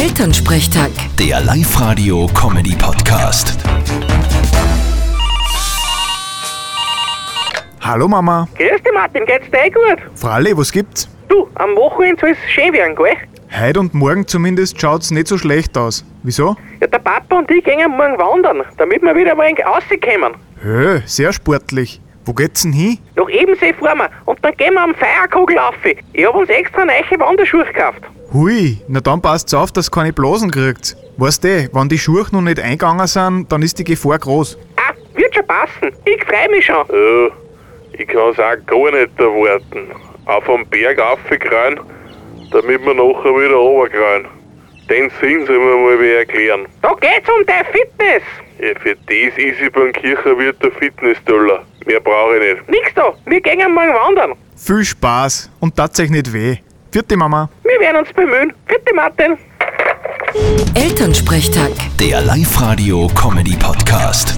Elternsprechtag. Der Live-Radio-Comedy-Podcast. Hallo Mama. Grüß dich Martin, geht's dir eh gut? Fralle, was gibt's? Du, am Wochenende soll's schön werden, gell? Heute und morgen zumindest schaut's nicht so schlecht aus. Wieso? Ja, der Papa und ich gehen morgen wandern, damit wir wieder ein wenig rauskommen. Hö, sehr sportlich. Wo geht's denn hin? Nach Ebensee fahren wir und dann gehen wir am Feierkugel rauf. Ich hab uns extra neue Wanderschuhe gekauft. Hui, na dann passt's auf, dass ihr keine Blasen kriegt. Weißt du, wenn die Schuhe noch nicht eingegangen sind, dann ist die Gefahr groß. Ah, wird schon passen. Ich freu mich schon. Ja, ich kann es auch gar nicht erwarten. Auf am Berg raufgerein, damit wir nachher wieder runtergerein. Den Sinn soll mir mal wer erklären. Da geht's um deine Fitness. Ja, für das ist ich beim Kirchenwirt der Fitness-Dollar. Mehr brauche ich nicht. Nix da, wir gehen morgen wandern. Viel Spaß und tatsächlich nicht weh. Vierte Mama. Wir werden uns bemühen. Bitte Martin. Elternsprechtag. Der Live-Radio-Comedy-Podcast.